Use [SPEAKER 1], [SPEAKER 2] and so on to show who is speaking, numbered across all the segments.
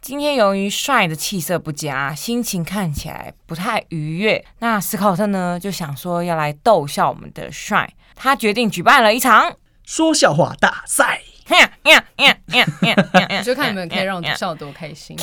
[SPEAKER 1] 今天由于帅的气色不佳，心情看起来不太愉悦，那史考特呢就想说要来逗笑我们的帅，他决定举办了一场。
[SPEAKER 2] 说笑话大赛。
[SPEAKER 1] 我
[SPEAKER 3] 就 看你们可以让我笑得多开 心。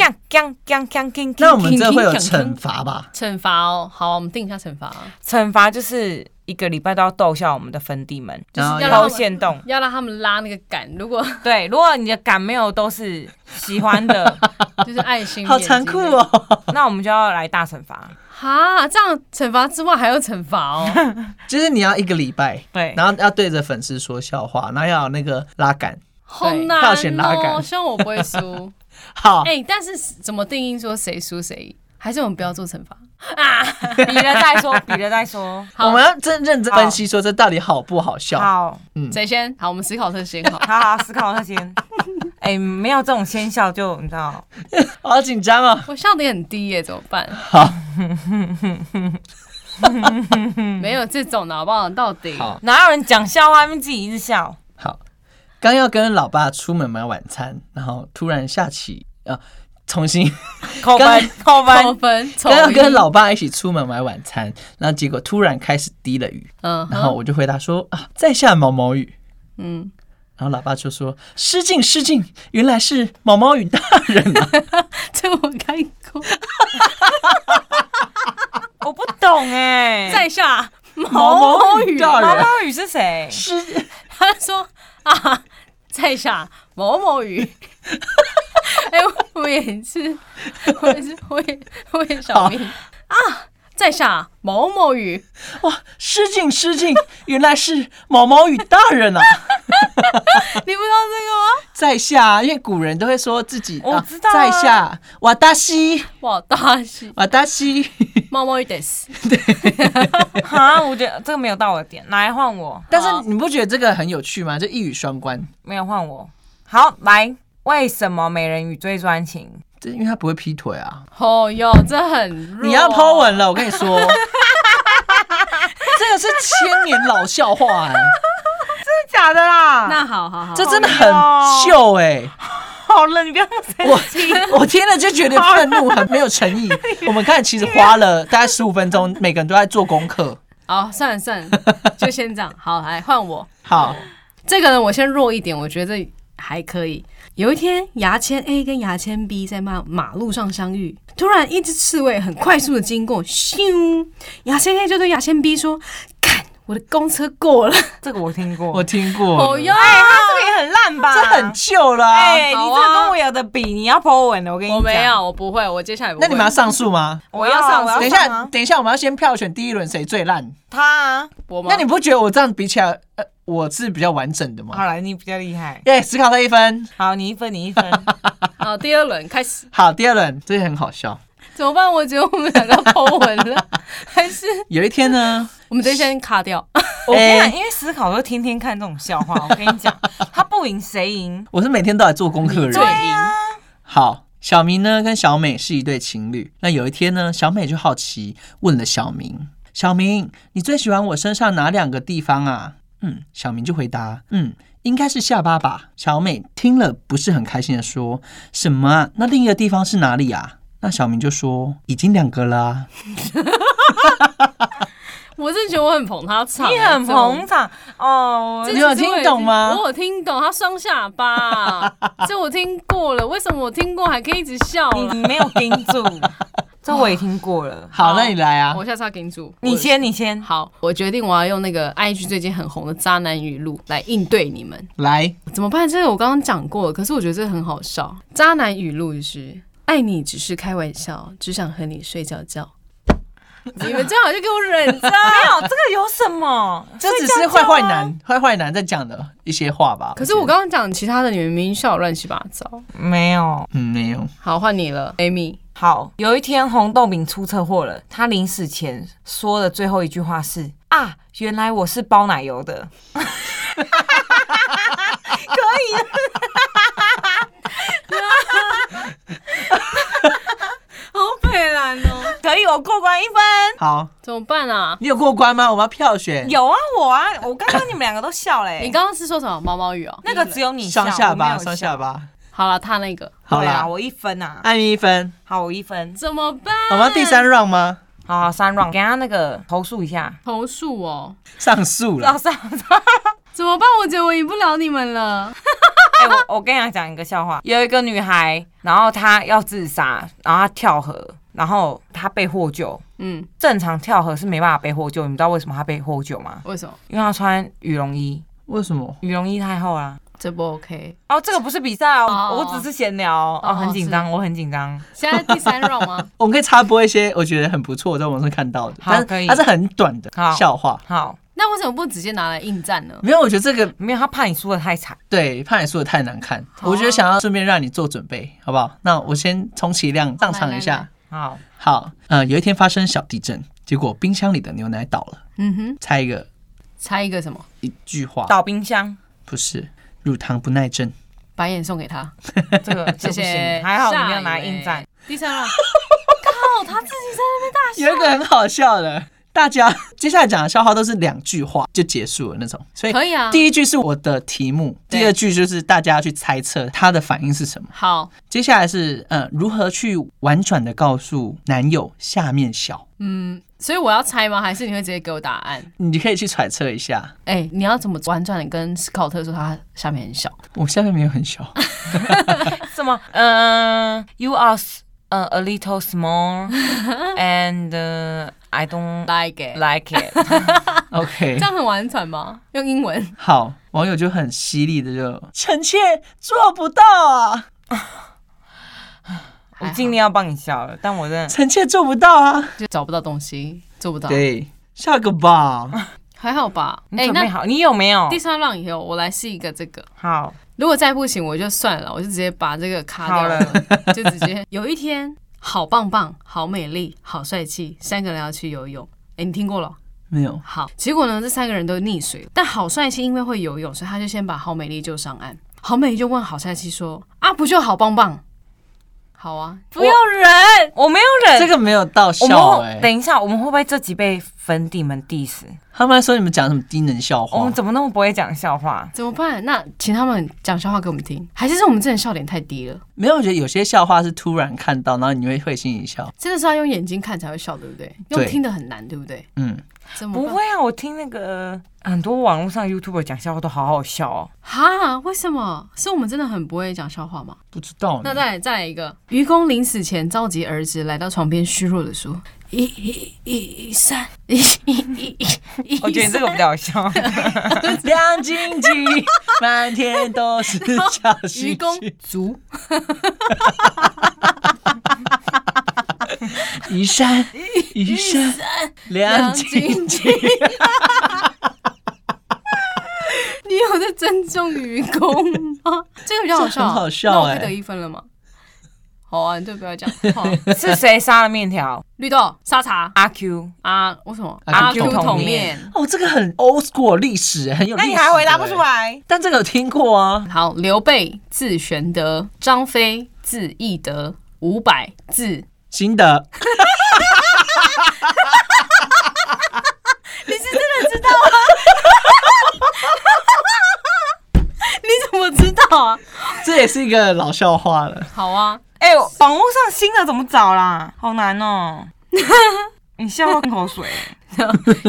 [SPEAKER 2] 那我们这会有惩罚吧？
[SPEAKER 3] 惩罚哦，好，我们定一下惩罚，哦
[SPEAKER 1] 惩罚就是一个礼拜都要逗笑我们的粉底们，
[SPEAKER 2] 然后
[SPEAKER 3] 要
[SPEAKER 2] 要
[SPEAKER 3] 让
[SPEAKER 1] 抛线洞。
[SPEAKER 3] 要让他们拉那个杆。如果
[SPEAKER 1] 对，如果你的感没有都是喜 欢的，
[SPEAKER 3] 就是爱心，
[SPEAKER 2] 好残酷！ 哦！
[SPEAKER 1] 那我们就要来大惩罚。
[SPEAKER 3] 哈，这样惩罚之外还有惩罚 哦。
[SPEAKER 2] 就是你要一个礼拜，
[SPEAKER 1] 对
[SPEAKER 2] 然后要对着粉丝说笑话，然后要有那个拉杆。
[SPEAKER 3] 好难
[SPEAKER 2] 跳绳拉
[SPEAKER 3] 哦，
[SPEAKER 2] 杆
[SPEAKER 3] 希望我不会 输。
[SPEAKER 2] 好，
[SPEAKER 3] 哎、但是怎么定义说谁输谁赢？还是我们不要做惩罚？
[SPEAKER 1] 比了再说，比了 再说。
[SPEAKER 3] 好
[SPEAKER 2] 我们要真认真分析说这到底好不好笑。
[SPEAKER 1] 好，
[SPEAKER 2] 嗯
[SPEAKER 3] 谁先？好，我们思考特先好。
[SPEAKER 1] 好好思考那先。 哎、没有这种先笑就你知道，
[SPEAKER 2] 好紧张哦！
[SPEAKER 3] 我笑点很低耶，怎么办？
[SPEAKER 2] 好，
[SPEAKER 3] 没有这种的好不好？到底
[SPEAKER 2] 好
[SPEAKER 1] 哪有人讲笑话，他们自己一直笑？
[SPEAKER 2] 好，刚要跟老爸出门买晚餐，然后突然下起啊，重 新
[SPEAKER 1] 扣分，扣
[SPEAKER 3] 扣
[SPEAKER 1] 分。
[SPEAKER 3] 分，
[SPEAKER 2] 刚要
[SPEAKER 3] 丑一
[SPEAKER 2] 跟老爸一起出门买晚餐，然后结果突然开始滴了雨，
[SPEAKER 3] 嗯
[SPEAKER 2] 然后我就回答说啊，在下毛毛雨。
[SPEAKER 3] 嗯，
[SPEAKER 2] 然后老爸就说失敬失敬，原来是毛毛雨大人 啊！
[SPEAKER 3] 这我看过，
[SPEAKER 1] 我不懂哎、
[SPEAKER 3] 在下
[SPEAKER 2] 毛
[SPEAKER 3] 毛
[SPEAKER 2] 毛
[SPEAKER 3] 毛
[SPEAKER 2] 雨
[SPEAKER 3] 雨
[SPEAKER 2] 大
[SPEAKER 1] 毛
[SPEAKER 2] 人
[SPEAKER 1] 毛雨是 谁？
[SPEAKER 2] 是
[SPEAKER 3] 他说啊，在下某某 鱼。哎、我我也是，我也是，我也我也小明啊，在下某某鱼。
[SPEAKER 2] 哇，失敬失敬，原来是毛毛雨大人啊！
[SPEAKER 3] 你不知道这
[SPEAKER 2] 在下，啊因为古人都会说自己
[SPEAKER 1] 我知道啊
[SPEAKER 2] 在下瓦达西
[SPEAKER 3] 个吗？哇，大喜
[SPEAKER 2] 瓦达 西。
[SPEAKER 3] 毛毛鱼得死。
[SPEAKER 1] 哈，我觉得这个没有到我的点，来换我，
[SPEAKER 2] 但是你不觉得这个很有趣吗？就一语双关，
[SPEAKER 1] 没有换我。好，来，为什么美人鱼最专情？
[SPEAKER 2] 这因为他不会劈腿啊！
[SPEAKER 3] 哦哟，这很弱哦
[SPEAKER 2] 你要抛文了，我跟你 说，这个是千年老笑 话哎、
[SPEAKER 1] 真的假的啦？
[SPEAKER 3] 那好好好，
[SPEAKER 2] 这真的很秀哎、
[SPEAKER 1] 好了，你不要那么生气。
[SPEAKER 2] 我我听了就觉得愤怒，很没有诚意。我们看，其实花了大概十五分钟，每个人都在做功课。
[SPEAKER 3] 好算了算了，就先这样。好，来换我。
[SPEAKER 1] 哎
[SPEAKER 2] 好，
[SPEAKER 3] 这个呢，我先弱一点，我觉得还可以。有一天，牙签 A 跟牙签 B 在马马路上相遇，突然一只刺猬很快速的经过，咻！牙签 A 就对牙签 B 说：“干，我的公车过了。
[SPEAKER 1] 这个我听过，
[SPEAKER 2] 我听过，
[SPEAKER 3] 哦哟，
[SPEAKER 1] 他这个也很烂吧？
[SPEAKER 2] 这很旧啦、
[SPEAKER 1] 哎、
[SPEAKER 3] 好啊
[SPEAKER 1] 你这个跟我有的比，你要 po 文的，我跟你讲。
[SPEAKER 3] 我没，有，我不会，我接下来不会。
[SPEAKER 2] 那你们要上诉吗？
[SPEAKER 1] 我要上，我要
[SPEAKER 2] 等一
[SPEAKER 1] 上
[SPEAKER 2] 下，
[SPEAKER 1] 啊
[SPEAKER 2] 等一下，我们要先票选第一轮谁最烂。
[SPEAKER 1] 他啊，
[SPEAKER 3] 我吗？
[SPEAKER 2] 那你不觉得我这样比起来，呃，我是比较完整的吗？
[SPEAKER 1] 好了，你比较厉害。
[SPEAKER 2] 耶，思考到一分。
[SPEAKER 1] 好，你一分，你一 分。
[SPEAKER 3] 好，第二轮开始，
[SPEAKER 2] 好，第二轮，这也很好笑。
[SPEAKER 3] 怎么办？我觉得我们两 个偷文了，还是
[SPEAKER 2] 有一天呢，
[SPEAKER 3] 我们这先卡掉？
[SPEAKER 1] 我跟
[SPEAKER 2] 哎
[SPEAKER 1] 你讲，因为思考都天天看这种笑话，我跟你讲， 他不赢谁赢？
[SPEAKER 2] 我是每天都来做功课的
[SPEAKER 3] 最
[SPEAKER 2] 人。
[SPEAKER 3] 赢，
[SPEAKER 2] 好，小明呢跟小美是一对情侣。那有一天呢，小美就好奇问了小明：“小明，你最喜欢我身上哪两个地方啊？”嗯，小明就回答：“嗯，应该是下巴吧。”小美听了不是很开心的说：“什么啊？那另一个地方是哪里啊？”那小明就说：“已经两个了啊。
[SPEAKER 3] 我是觉得我很捧他场，
[SPEAKER 1] 你很捧场哦
[SPEAKER 3] 这。
[SPEAKER 2] 你有
[SPEAKER 3] 其实我
[SPEAKER 2] 听
[SPEAKER 3] 已
[SPEAKER 2] 懂
[SPEAKER 3] 经
[SPEAKER 2] 吗
[SPEAKER 3] 我有听懂，他双下巴，这我听过了。为什么我听过还可以一直笑啊
[SPEAKER 1] 你
[SPEAKER 3] 啦
[SPEAKER 1] 你没有盯 住，这我也听过了”。
[SPEAKER 2] 好，
[SPEAKER 3] 好
[SPEAKER 2] 那你来啊
[SPEAKER 3] 我。下次要给你煮。
[SPEAKER 1] 你
[SPEAKER 3] 我
[SPEAKER 1] 先，你先。
[SPEAKER 3] 好，我决定我要用那个 IG 最近很红的渣男语录来应对你们。
[SPEAKER 2] 来，
[SPEAKER 3] 怎么办？这个我刚刚讲过了，可是我觉得这个很好笑。渣男语录就是：爱你只是开玩笑，只想和你睡觉觉。你们最好就给我忍 着。
[SPEAKER 1] 没有这个有什么？
[SPEAKER 2] 这只是坏坏男、坏坏男在讲的一些话吧。
[SPEAKER 3] 可是我刚刚讲其他的，你们明明笑得乱七八糟。
[SPEAKER 1] 没有。
[SPEAKER 2] 嗯没有，
[SPEAKER 3] 好，换你了，Amy。
[SPEAKER 1] 好，有一天红豆饼出车祸了，他临死前说的最后一句话是：“啊，原来我是包奶油的。”
[SPEAKER 3] 好北蓝哦，
[SPEAKER 1] 可以，我过关一分。
[SPEAKER 2] 好，
[SPEAKER 3] 怎么办啊？
[SPEAKER 2] 你有过关吗？我们要票选。
[SPEAKER 1] 有啊，我啊，我刚刚你们两个都 笑嘞、
[SPEAKER 3] 你刚刚是说什么毛毛雨哦？
[SPEAKER 1] 哎那个只有你
[SPEAKER 2] 上
[SPEAKER 1] 笑，
[SPEAKER 2] 下
[SPEAKER 1] 我
[SPEAKER 2] 巴，
[SPEAKER 1] 没有
[SPEAKER 2] 上
[SPEAKER 1] 笑
[SPEAKER 2] 下。巴。
[SPEAKER 3] 好了，他那个
[SPEAKER 2] 好
[SPEAKER 1] 对啊，
[SPEAKER 2] 啦，
[SPEAKER 1] 我一分啊。
[SPEAKER 2] 艾米一分。
[SPEAKER 1] 好，我一分。
[SPEAKER 3] 怎么办？
[SPEAKER 2] 我们要第三 round 吗？
[SPEAKER 1] 好好，三 round，给他那个投诉一下。
[SPEAKER 3] 投诉哦，
[SPEAKER 2] 上诉
[SPEAKER 1] 要
[SPEAKER 2] 了。
[SPEAKER 1] 上，
[SPEAKER 3] 怎么办？我觉得我赢不了你们了。
[SPEAKER 1] 哎、我我跟你讲一个笑话，有一个女孩，然后她要自杀，然后她跳河，然后她被获救。
[SPEAKER 3] 嗯，
[SPEAKER 1] 正常跳河是没办法被获救，你们知道为什么她被获救吗？
[SPEAKER 3] 为什么？
[SPEAKER 1] 因为她穿羽绒衣，
[SPEAKER 2] 为什么？
[SPEAKER 1] 羽绒衣太厚啦。
[SPEAKER 3] 这不 OK？
[SPEAKER 1] 哦，这个不是比赛哦，
[SPEAKER 3] 哦
[SPEAKER 1] 我只是闲聊哦，
[SPEAKER 3] 哦
[SPEAKER 1] 很紧张，我很紧张。
[SPEAKER 3] 现在第三 round 吗？
[SPEAKER 2] 我们可以插播一些我觉得很不错，我在网上看到的，
[SPEAKER 1] 好
[SPEAKER 2] 但
[SPEAKER 1] 可以
[SPEAKER 2] 是它是很短的
[SPEAKER 1] 好
[SPEAKER 2] 笑话。
[SPEAKER 1] 好，
[SPEAKER 3] 那为什么不直接拿来应战呢？
[SPEAKER 2] 没有，我觉得这个
[SPEAKER 1] 没有，她怕你输的太惨。
[SPEAKER 2] 对怕你说的太难看，我觉得想要顺便让你做准备，好不好？那我先充其量上场一
[SPEAKER 3] 来来
[SPEAKER 2] 下
[SPEAKER 3] 来。
[SPEAKER 1] 好，
[SPEAKER 2] 好，呃，有一天发生小地震，结果冰箱里的牛奶倒了。
[SPEAKER 3] 嗯哼，
[SPEAKER 2] 猜一个
[SPEAKER 3] 猜一个什么？
[SPEAKER 2] 一句话，
[SPEAKER 1] 倒冰箱，
[SPEAKER 2] 不是乳糖不耐症。
[SPEAKER 1] 啊
[SPEAKER 3] 白眼送给他。
[SPEAKER 1] 这个这
[SPEAKER 3] 谢
[SPEAKER 1] 不行
[SPEAKER 3] 谢。
[SPEAKER 1] 还好你没有拿应战。
[SPEAKER 3] 第三 round。靠，他自己在那边大笑。
[SPEAKER 2] 有一个很好笑的，大家接下来讲的笑话都是两句话就结束了那种，所以
[SPEAKER 3] 可以 啊
[SPEAKER 2] 第一句是我的题目，
[SPEAKER 3] 对
[SPEAKER 2] 第二句就是大家去猜测他的反应是什么。
[SPEAKER 3] 好，
[SPEAKER 2] 接下来是呃，如何去婉转的告诉男友下面小，
[SPEAKER 3] 嗯，所以我要猜吗？还是你会直接给我答案？
[SPEAKER 2] 你可以去揣测一下。
[SPEAKER 3] 哎、你要怎么婉转的跟斯考特说他下面很小？
[SPEAKER 2] 我下面没有很小，
[SPEAKER 1] 什么？嗯、y o u are s- 呃、a little small and、I 呃 don't
[SPEAKER 3] 来给，
[SPEAKER 1] like it
[SPEAKER 2] ，OK
[SPEAKER 3] 这。样很婉转吗？用英文？
[SPEAKER 2] 好，网友就很犀利的就，臣妾做不到啊，
[SPEAKER 1] 我尽力要帮你笑了，但我真的
[SPEAKER 2] 臣妾做不到啊。
[SPEAKER 3] 就找不到东西，做不到。
[SPEAKER 2] 对，下个吧。
[SPEAKER 3] 还好吧？
[SPEAKER 1] 你
[SPEAKER 3] 哎、
[SPEAKER 1] 准备
[SPEAKER 3] 那
[SPEAKER 1] 好？你有没有
[SPEAKER 3] 第？三浪以后，我来试一个这个。
[SPEAKER 1] 好，
[SPEAKER 3] 如果再不行，我就算了，我就直接把这个卡掉
[SPEAKER 1] 好
[SPEAKER 3] 了， 就直接。有一天，好棒棒，好美丽，好帅气，三个人要去游泳。哎、你听过了？
[SPEAKER 2] 没有，
[SPEAKER 3] 好，结果呢，这三个人都溺水了，但好帅气因为会游泳，所以他就先把好美丽救上岸。好美丽就问好帅气说：“啊，不就好棒棒？”好啊，不要
[SPEAKER 1] 忍，我没有忍。
[SPEAKER 2] 这个没有到
[SPEAKER 1] 我们
[SPEAKER 2] 笑
[SPEAKER 1] 会、
[SPEAKER 2] 哎、
[SPEAKER 1] 等一下，我们会不会这集被粉底们 diss？
[SPEAKER 2] 他们还说你们讲什么低能笑
[SPEAKER 1] 我
[SPEAKER 2] 话
[SPEAKER 1] 们？怎么那么不会讲笑话？
[SPEAKER 3] 怎么办？那请他们讲笑话给我们听，还是是我们真的笑点太低了？
[SPEAKER 2] 没有，我觉得有些笑话是突然看到，然后你会会心一笑。
[SPEAKER 3] 真的是要用眼睛看才会笑，对不对？用
[SPEAKER 2] 对
[SPEAKER 3] 听的很难，对不对？
[SPEAKER 2] 嗯，
[SPEAKER 3] 怎么
[SPEAKER 1] 不
[SPEAKER 3] 办
[SPEAKER 1] 会啊，我听那个很多网络上 YouTuber 讲笑话都好好笑 哦。
[SPEAKER 3] 哈？为什么？是我们真的很不会讲笑话吗？
[SPEAKER 2] 不知道
[SPEAKER 3] 那再来再来一个，愚公临死前召集儿子来到床边，虚弱的说：“一一一一三一一一一一。”
[SPEAKER 1] 我觉得你这个比较好笑。
[SPEAKER 2] 亮晶 晶，满天都是小
[SPEAKER 3] 愚
[SPEAKER 2] 星
[SPEAKER 3] 公
[SPEAKER 2] 星，
[SPEAKER 3] 足，
[SPEAKER 2] 一闪一闪亮晶晶。
[SPEAKER 3] 你有在尊重愚公吗？这个比较好笑啊，
[SPEAKER 2] 这很好笑
[SPEAKER 3] 那我
[SPEAKER 2] 欸
[SPEAKER 3] 可以得一分了吗？好啊，你就不要讲。好，
[SPEAKER 1] 是谁杀了面条？
[SPEAKER 3] 绿豆沙茶
[SPEAKER 1] 阿 Q。
[SPEAKER 3] 啊，为什么
[SPEAKER 2] 阿
[SPEAKER 3] Q
[SPEAKER 2] Q
[SPEAKER 3] 桶
[SPEAKER 1] 桶
[SPEAKER 3] 面
[SPEAKER 1] 面？
[SPEAKER 2] 哦，这个很 old school 历史，很有历
[SPEAKER 1] 那
[SPEAKER 2] 史。
[SPEAKER 1] 哎你还回答不出？来？
[SPEAKER 2] 但这个有听过啊。
[SPEAKER 3] 好，刘备字玄德，张飞字翼德，伍佰字。
[SPEAKER 2] 新的，
[SPEAKER 3] 你是真的知道啊？ 你怎么知道啊？
[SPEAKER 2] 这也是一个老笑话 了。
[SPEAKER 3] 好啊，
[SPEAKER 1] 哎、网络上新的怎么找啦？好难 哦、你笑我口水，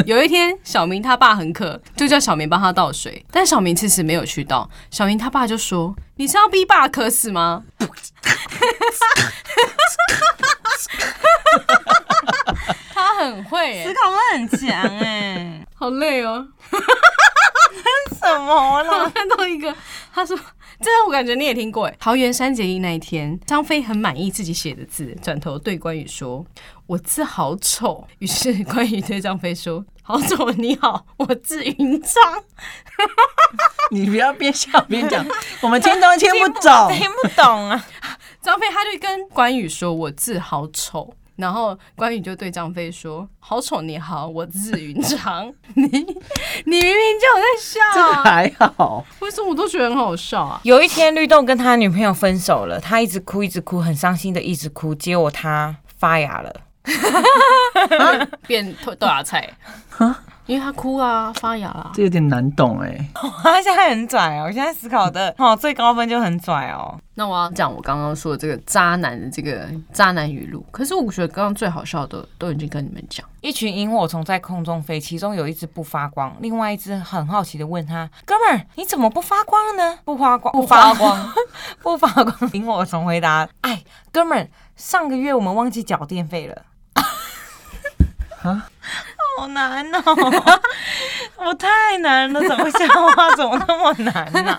[SPEAKER 3] 有一天，小明他爸很渴，就叫小明帮他倒水，但小明其实没有去倒。小明他爸就说：“你是要逼爸渴死吗？” 他很会耶、
[SPEAKER 1] 思考力很强哎、
[SPEAKER 3] 好累哦。
[SPEAKER 1] 什么
[SPEAKER 3] 我
[SPEAKER 1] 啦？
[SPEAKER 3] 看到一个，他说这我感觉你也听过哎。桃园三结义那一天，张飞很满意自己写的字，转头对关羽说：“我字好丑。”于是关羽对张飞说：“ 好丑，你好，我字云章。
[SPEAKER 2] 你不要边笑边讲，我们听都听不懂。
[SPEAKER 1] 听不懂啊。”
[SPEAKER 3] 张飞他就跟关羽说：“我字好丑。”然后关羽就对张飞说：“好丑，你好，我字云长。 你你明明就有在笑
[SPEAKER 2] 这个
[SPEAKER 3] 啊，
[SPEAKER 2] 还好，
[SPEAKER 3] 为什么我都觉得很好笑啊？
[SPEAKER 1] 有一天，绿豆跟他女朋友分手了，他一直哭，一直哭，很伤心的一直哭。结果他发芽 了，
[SPEAKER 3] 变豆豆芽菜，因为他哭啊，发芽啊。
[SPEAKER 2] 这有点难懂哎、
[SPEAKER 1] 他现在很拽哦。我现在思考的哦，最高分就很拽哦。
[SPEAKER 3] 那我要讲我刚刚说的这个渣男的这个渣男语录，可是我觉得刚刚最好笑的都已经跟你们讲。
[SPEAKER 1] 一群萤火虫在空中飞，其中有一只不发光，另外一只很好奇的问他：“哥们儿，你怎么不发光了呢？”不发光，不发光， 不发光。萤火虫回答：“哎，哥们儿，上个月我们忘记缴电费 了。”
[SPEAKER 2] 啊，
[SPEAKER 1] 好难哦！ 我太难了，怎么笑话怎么那么难呢、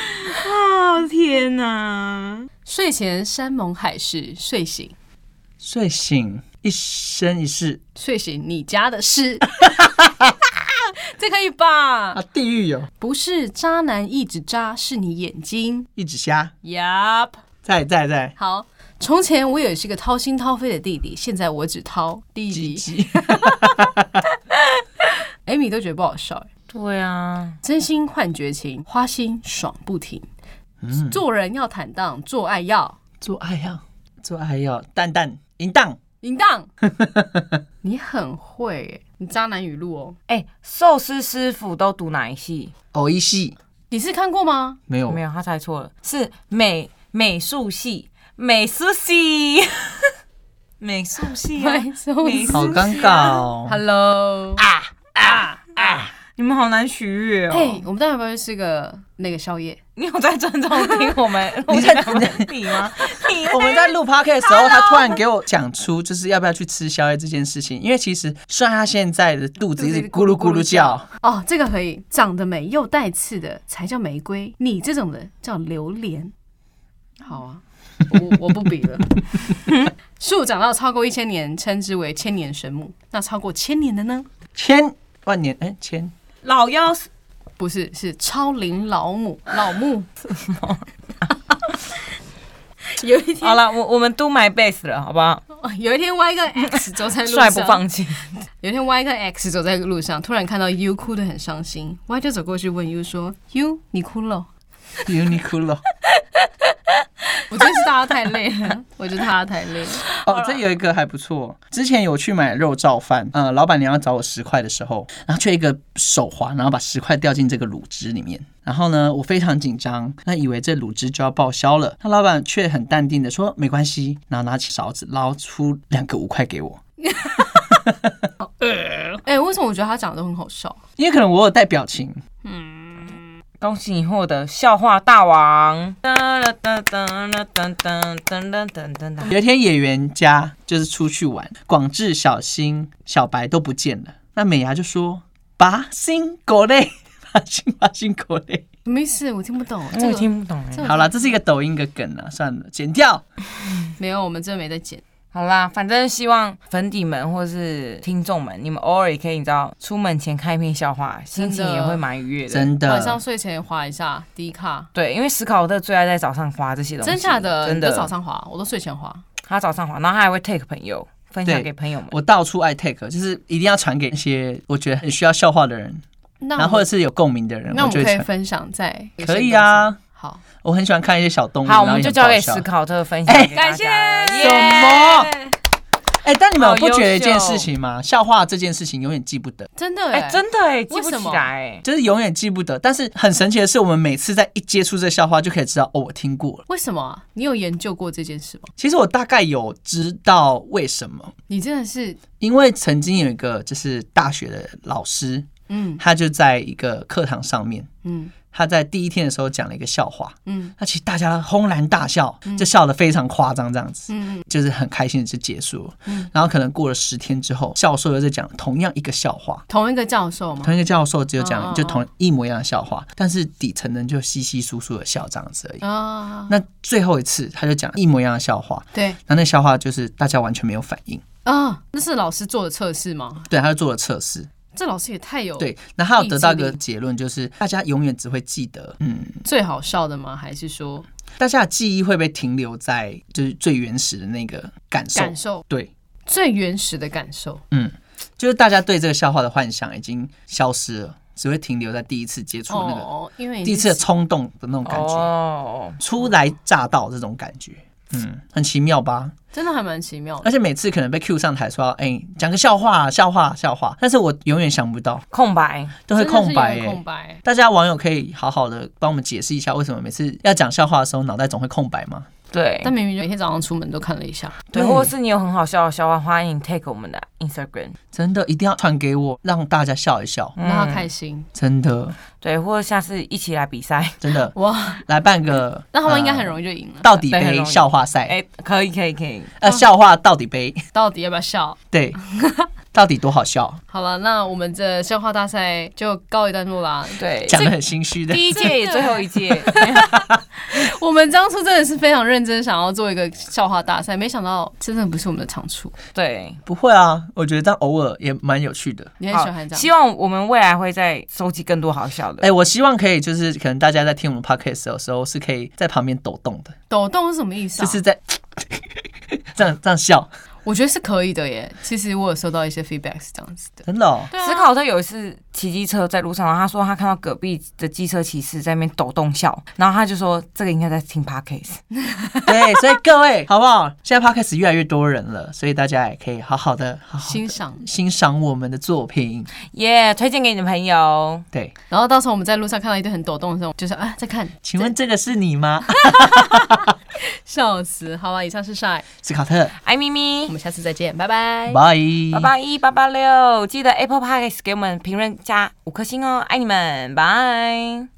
[SPEAKER 1] 啊？天哪！
[SPEAKER 3] 睡前山盟海誓，睡醒
[SPEAKER 2] 睡醒一生一世
[SPEAKER 3] 睡醒你家的事， 这可以吧？
[SPEAKER 2] 啊，地狱有
[SPEAKER 3] 不是渣男一直渣，是你眼睛。
[SPEAKER 2] 一指虾，
[SPEAKER 3] Yup，
[SPEAKER 2] 在在 在，
[SPEAKER 3] 好。从前我也是个掏心掏肺的弟弟，现在我只掏弟弟。
[SPEAKER 2] 鸡
[SPEAKER 3] 艾米都觉得不好笑欸，
[SPEAKER 1] 对啊，
[SPEAKER 3] 真心换绝情，花心爽不停。做人要坦荡，做爱要
[SPEAKER 2] 做爱要做爱要蛋蛋淫荡，
[SPEAKER 3] 淫荡。 你很会欸，你渣男语录哦。
[SPEAKER 1] 哎、寿司师傅都读哪一系？
[SPEAKER 2] 偶一系
[SPEAKER 3] 你是看过吗？
[SPEAKER 2] 没有
[SPEAKER 1] 没有，他猜错了，是美美术系，美术系， 美术系、啊。
[SPEAKER 3] 没啊错
[SPEAKER 1] 没事
[SPEAKER 2] 好尴尬 哦，
[SPEAKER 3] Hello，
[SPEAKER 1] 你们好难取悦哦！
[SPEAKER 3] 嘿，哎我们待会要不要去吃个那个宵夜？
[SPEAKER 1] 你有在尊重听我们
[SPEAKER 2] 你在
[SPEAKER 1] 我们比吗？你
[SPEAKER 2] 我们在录 p o d c a s 的时候，他突然给我讲出就是要不要去吃宵夜这件事情，因为其实虽然他现在的肚子一直咕噜咕噜叫，
[SPEAKER 3] 哦，这个可以，长得美又带刺的才叫玫瑰，你这种的叫榴莲。好啊，我我不比了。 树长到超过一千年，称之为千年神木。那超过千年的呢？
[SPEAKER 2] 千万年哎千
[SPEAKER 1] 老妖
[SPEAKER 3] 不是，是超龄老母老 木。有一天
[SPEAKER 1] 好，了，我我们 do my best 了，好不好？
[SPEAKER 3] 有一天歪个 X 走在路
[SPEAKER 1] 帅
[SPEAKER 3] 上，
[SPEAKER 1] 不放弃。
[SPEAKER 3] 有一天，Y 跟 X 走在路上，突然看到 U 哭得很伤心，Y 就走过去问 U 说：“U，你哭了？
[SPEAKER 2] Uniqlo
[SPEAKER 3] 我真是大家太累了， 我觉得大家太累了。
[SPEAKER 2] 哦，这有一个还不错。之前有去买肉燥饭，呃，老板娘要找我十块的时候，然后却一个手滑，然后把十块掉进这个卤汁里面。然后呢，我非常紧张，那以为这卤汁就要报销了，那老板却很淡定的说没关系，然后拿起勺子捞出两个五块给我。
[SPEAKER 3] 哎、为什么我觉得他讲的都很好笑？
[SPEAKER 2] 因为可能我有带表情，
[SPEAKER 1] 恭喜你获得笑话大王！噔噔噔噔噔噔噔噔噔噔噔。
[SPEAKER 2] 有一天演员家就是出去玩，广志、小新、小白都不见了，那美伢就说拔心狗嘞，拔心拔心狗嘞。
[SPEAKER 3] 什么意思？我听不懂。
[SPEAKER 1] 我
[SPEAKER 3] 这
[SPEAKER 1] 也
[SPEAKER 3] 个
[SPEAKER 1] 听不懂哎、
[SPEAKER 3] 这个
[SPEAKER 2] 好啦，这是一个抖音的梗啊，算了，剪掉。
[SPEAKER 3] 没有，我们真的没在剪。
[SPEAKER 1] 好啦，反正希望粉底们或是听众们，你们偶尔也可以，你知道，出门前看一篇笑话，心情
[SPEAKER 3] 真的
[SPEAKER 1] 也会蛮愉悦的。
[SPEAKER 2] 真
[SPEAKER 3] 晚上
[SPEAKER 2] 的，
[SPEAKER 3] 睡前划一下低卡，
[SPEAKER 1] 对，因为史考特最爱在早上滑这些东西，
[SPEAKER 3] 真假的？
[SPEAKER 1] 真
[SPEAKER 3] 你
[SPEAKER 1] 的
[SPEAKER 3] 都早上划，我都睡前划。
[SPEAKER 1] 他早上滑，然后他还会 take 朋友分享
[SPEAKER 2] 对
[SPEAKER 1] 给朋友们。
[SPEAKER 2] 我到处爱 take，就是一定要传给那些我觉得很需要笑话的人，
[SPEAKER 3] 那
[SPEAKER 2] 然后或者是有共鸣的人，
[SPEAKER 3] 那我
[SPEAKER 2] 就
[SPEAKER 3] 们
[SPEAKER 2] 会
[SPEAKER 3] 可以
[SPEAKER 2] 传。
[SPEAKER 3] 分享在
[SPEAKER 2] 可以。啊，
[SPEAKER 3] 好，
[SPEAKER 2] 我很喜欢看一些小动物，
[SPEAKER 1] 好，我
[SPEAKER 2] 然后
[SPEAKER 1] 们
[SPEAKER 2] 也
[SPEAKER 1] 就
[SPEAKER 2] 很
[SPEAKER 1] 交给
[SPEAKER 2] 爆笑
[SPEAKER 1] 史考特分享给大家了。
[SPEAKER 3] 哎感谢
[SPEAKER 2] 什
[SPEAKER 1] 耶
[SPEAKER 2] 么？哎、但你们有
[SPEAKER 1] 好
[SPEAKER 2] 不觉得一件
[SPEAKER 1] 优秀
[SPEAKER 2] 事情吗？笑话这件事情永远记不得，
[SPEAKER 3] 真的哎、
[SPEAKER 1] 哎、真的哎、记不
[SPEAKER 3] 为什
[SPEAKER 1] 起
[SPEAKER 3] 么
[SPEAKER 1] 来哎、
[SPEAKER 2] 就是永远记不得。但是很神奇的是，我们每次在一接触这笑话，就可以知道哦，我听过了。
[SPEAKER 3] 为什么啊？你有研究过这件事吗？
[SPEAKER 2] 其实我大概有知道为什么，
[SPEAKER 3] 你真的是
[SPEAKER 2] 因为曾经有一个就是大学的老师，
[SPEAKER 3] 嗯
[SPEAKER 2] 他就在一个课堂上面，
[SPEAKER 3] 嗯
[SPEAKER 2] 他在第一天的时候讲了一个笑话，
[SPEAKER 3] 嗯
[SPEAKER 2] 那其实大家轰然大笑，就笑得非常夸张，这样子，
[SPEAKER 3] 嗯
[SPEAKER 2] 就是很开心的就结束了
[SPEAKER 3] 嗯。
[SPEAKER 2] 然后可能过了十天之后，教授又在讲同样一个笑话，
[SPEAKER 3] 同一个教授嘛，
[SPEAKER 2] 同一个教授只有
[SPEAKER 3] 哦哦
[SPEAKER 2] 讲
[SPEAKER 3] 哦
[SPEAKER 2] 就同一模一样的笑话，但是底层人就稀稀疏疏的笑这样子而已。
[SPEAKER 3] 啊，
[SPEAKER 2] 那最后一次他就讲一模一样的笑话，
[SPEAKER 3] 对，
[SPEAKER 2] 那那笑话就是大家完全没有反应。
[SPEAKER 3] 啊，那是老师做的测试吗？
[SPEAKER 2] 对，他就做了测试。
[SPEAKER 3] 这老师也太有
[SPEAKER 2] 对，那他有得到一
[SPEAKER 3] 哦意
[SPEAKER 2] 个
[SPEAKER 3] 志力
[SPEAKER 2] 结论，就是大家永远只会记得，嗯，
[SPEAKER 3] 最好笑的吗？还是说
[SPEAKER 2] 大家的记忆会被停留在就是最原始的那个感受。
[SPEAKER 3] 感受
[SPEAKER 2] 对，
[SPEAKER 3] 最原始的感受？
[SPEAKER 2] 就是大家对这个笑话的幻想已经消失了，只会停留在第一次接触那个、
[SPEAKER 3] 哦，因为你
[SPEAKER 2] 第一次的冲动的那种感觉，
[SPEAKER 1] 哦，
[SPEAKER 2] 初来乍到这种感觉。嗯，很奇妙吧？
[SPEAKER 3] 真的还蛮奇妙的
[SPEAKER 2] 而且每次可能被 Q 上台说，哎、讲个笑话，笑话，笑话，但是我永远想不到，
[SPEAKER 1] 空白，
[SPEAKER 2] 都会
[SPEAKER 3] 真的是
[SPEAKER 2] 空白、
[SPEAKER 3] 有
[SPEAKER 2] 欸。
[SPEAKER 3] 空白。
[SPEAKER 2] 大家网友可以好好的帮我们解释一下，为什么每次要讲笑话的时候，脑袋总会空白吗？
[SPEAKER 1] 对
[SPEAKER 3] 但明明每天早上出门都看了一下，
[SPEAKER 1] 对，
[SPEAKER 2] 对
[SPEAKER 1] 或者是你有很好笑的笑话，欢迎 take 我们的 Instagram，
[SPEAKER 2] 真的一定要传给我，让大家笑一笑。
[SPEAKER 1] 嗯
[SPEAKER 3] 让他开心、
[SPEAKER 2] 真的，
[SPEAKER 1] 对，或者下次一起来比赛，
[SPEAKER 2] 真的
[SPEAKER 3] 哇！
[SPEAKER 2] 来办个，
[SPEAKER 3] 那他们应该很
[SPEAKER 2] 易。
[SPEAKER 3] 容易哦就赢了。
[SPEAKER 2] 到底
[SPEAKER 1] 对很
[SPEAKER 2] 杯
[SPEAKER 1] 容易
[SPEAKER 2] 笑话赛，
[SPEAKER 1] 哎，可以可以可以，
[SPEAKER 2] 呃，笑话到底杯，
[SPEAKER 3] 到底要不要笑？
[SPEAKER 2] 对，到底多好笑，
[SPEAKER 3] 好了，那我们这笑话大赛就告一段落啦。
[SPEAKER 1] 对，
[SPEAKER 2] 讲的很心虚的。
[SPEAKER 1] 第一届也最后一届，
[SPEAKER 3] 我们当初真的是非常认真，想要做一个笑话大赛，没想到真的不是我们的长处。
[SPEAKER 1] 对，
[SPEAKER 2] 不会啊，我觉得这样偶尔也蛮有趣的。
[SPEAKER 3] 你很
[SPEAKER 1] 好
[SPEAKER 3] 喜欢这
[SPEAKER 1] 希
[SPEAKER 3] 样？
[SPEAKER 1] 望我们未来会再收集更多好笑的。
[SPEAKER 3] 呃
[SPEAKER 2] 哎、我希望可以，就是可能大家在听我们 podcast 的时候，是可以在旁边抖动的，
[SPEAKER 3] 抖动是什么意思、啊？
[SPEAKER 2] 就是在 这样这样笑，
[SPEAKER 3] 我觉得是可以的耶。其实我有收到一些 feedback 是这样子的。
[SPEAKER 2] 真的、哦。
[SPEAKER 3] 啊
[SPEAKER 1] 史考特有一次骑机车在路上，然后他说他看到隔壁的机车骑士在那边抖动笑，然后他就说这个应该在听 podcast。
[SPEAKER 2] 对， 所以各位好不好？现在 podcast 越来越多人了，所以大家也可以好好的好好地
[SPEAKER 3] 欣赏，
[SPEAKER 2] 欣赏我们的作品。
[SPEAKER 1] 耶、推荐给你的朋友。
[SPEAKER 2] 对，
[SPEAKER 3] 然后到时候我们在路上看到一堆很抖动的时候，就是啊，在看，
[SPEAKER 2] 请问这个是你 吗？
[SPEAKER 3] 笑死。好了，以上是 shy，
[SPEAKER 2] 斯考特，
[SPEAKER 1] 爱咪
[SPEAKER 3] 我
[SPEAKER 1] 咪，
[SPEAKER 3] 们下次再见，拜拜。
[SPEAKER 2] 拜
[SPEAKER 1] 八八一八八六，记得 Apple Podcast 给我们评论加五颗星哦，爱你们，拜。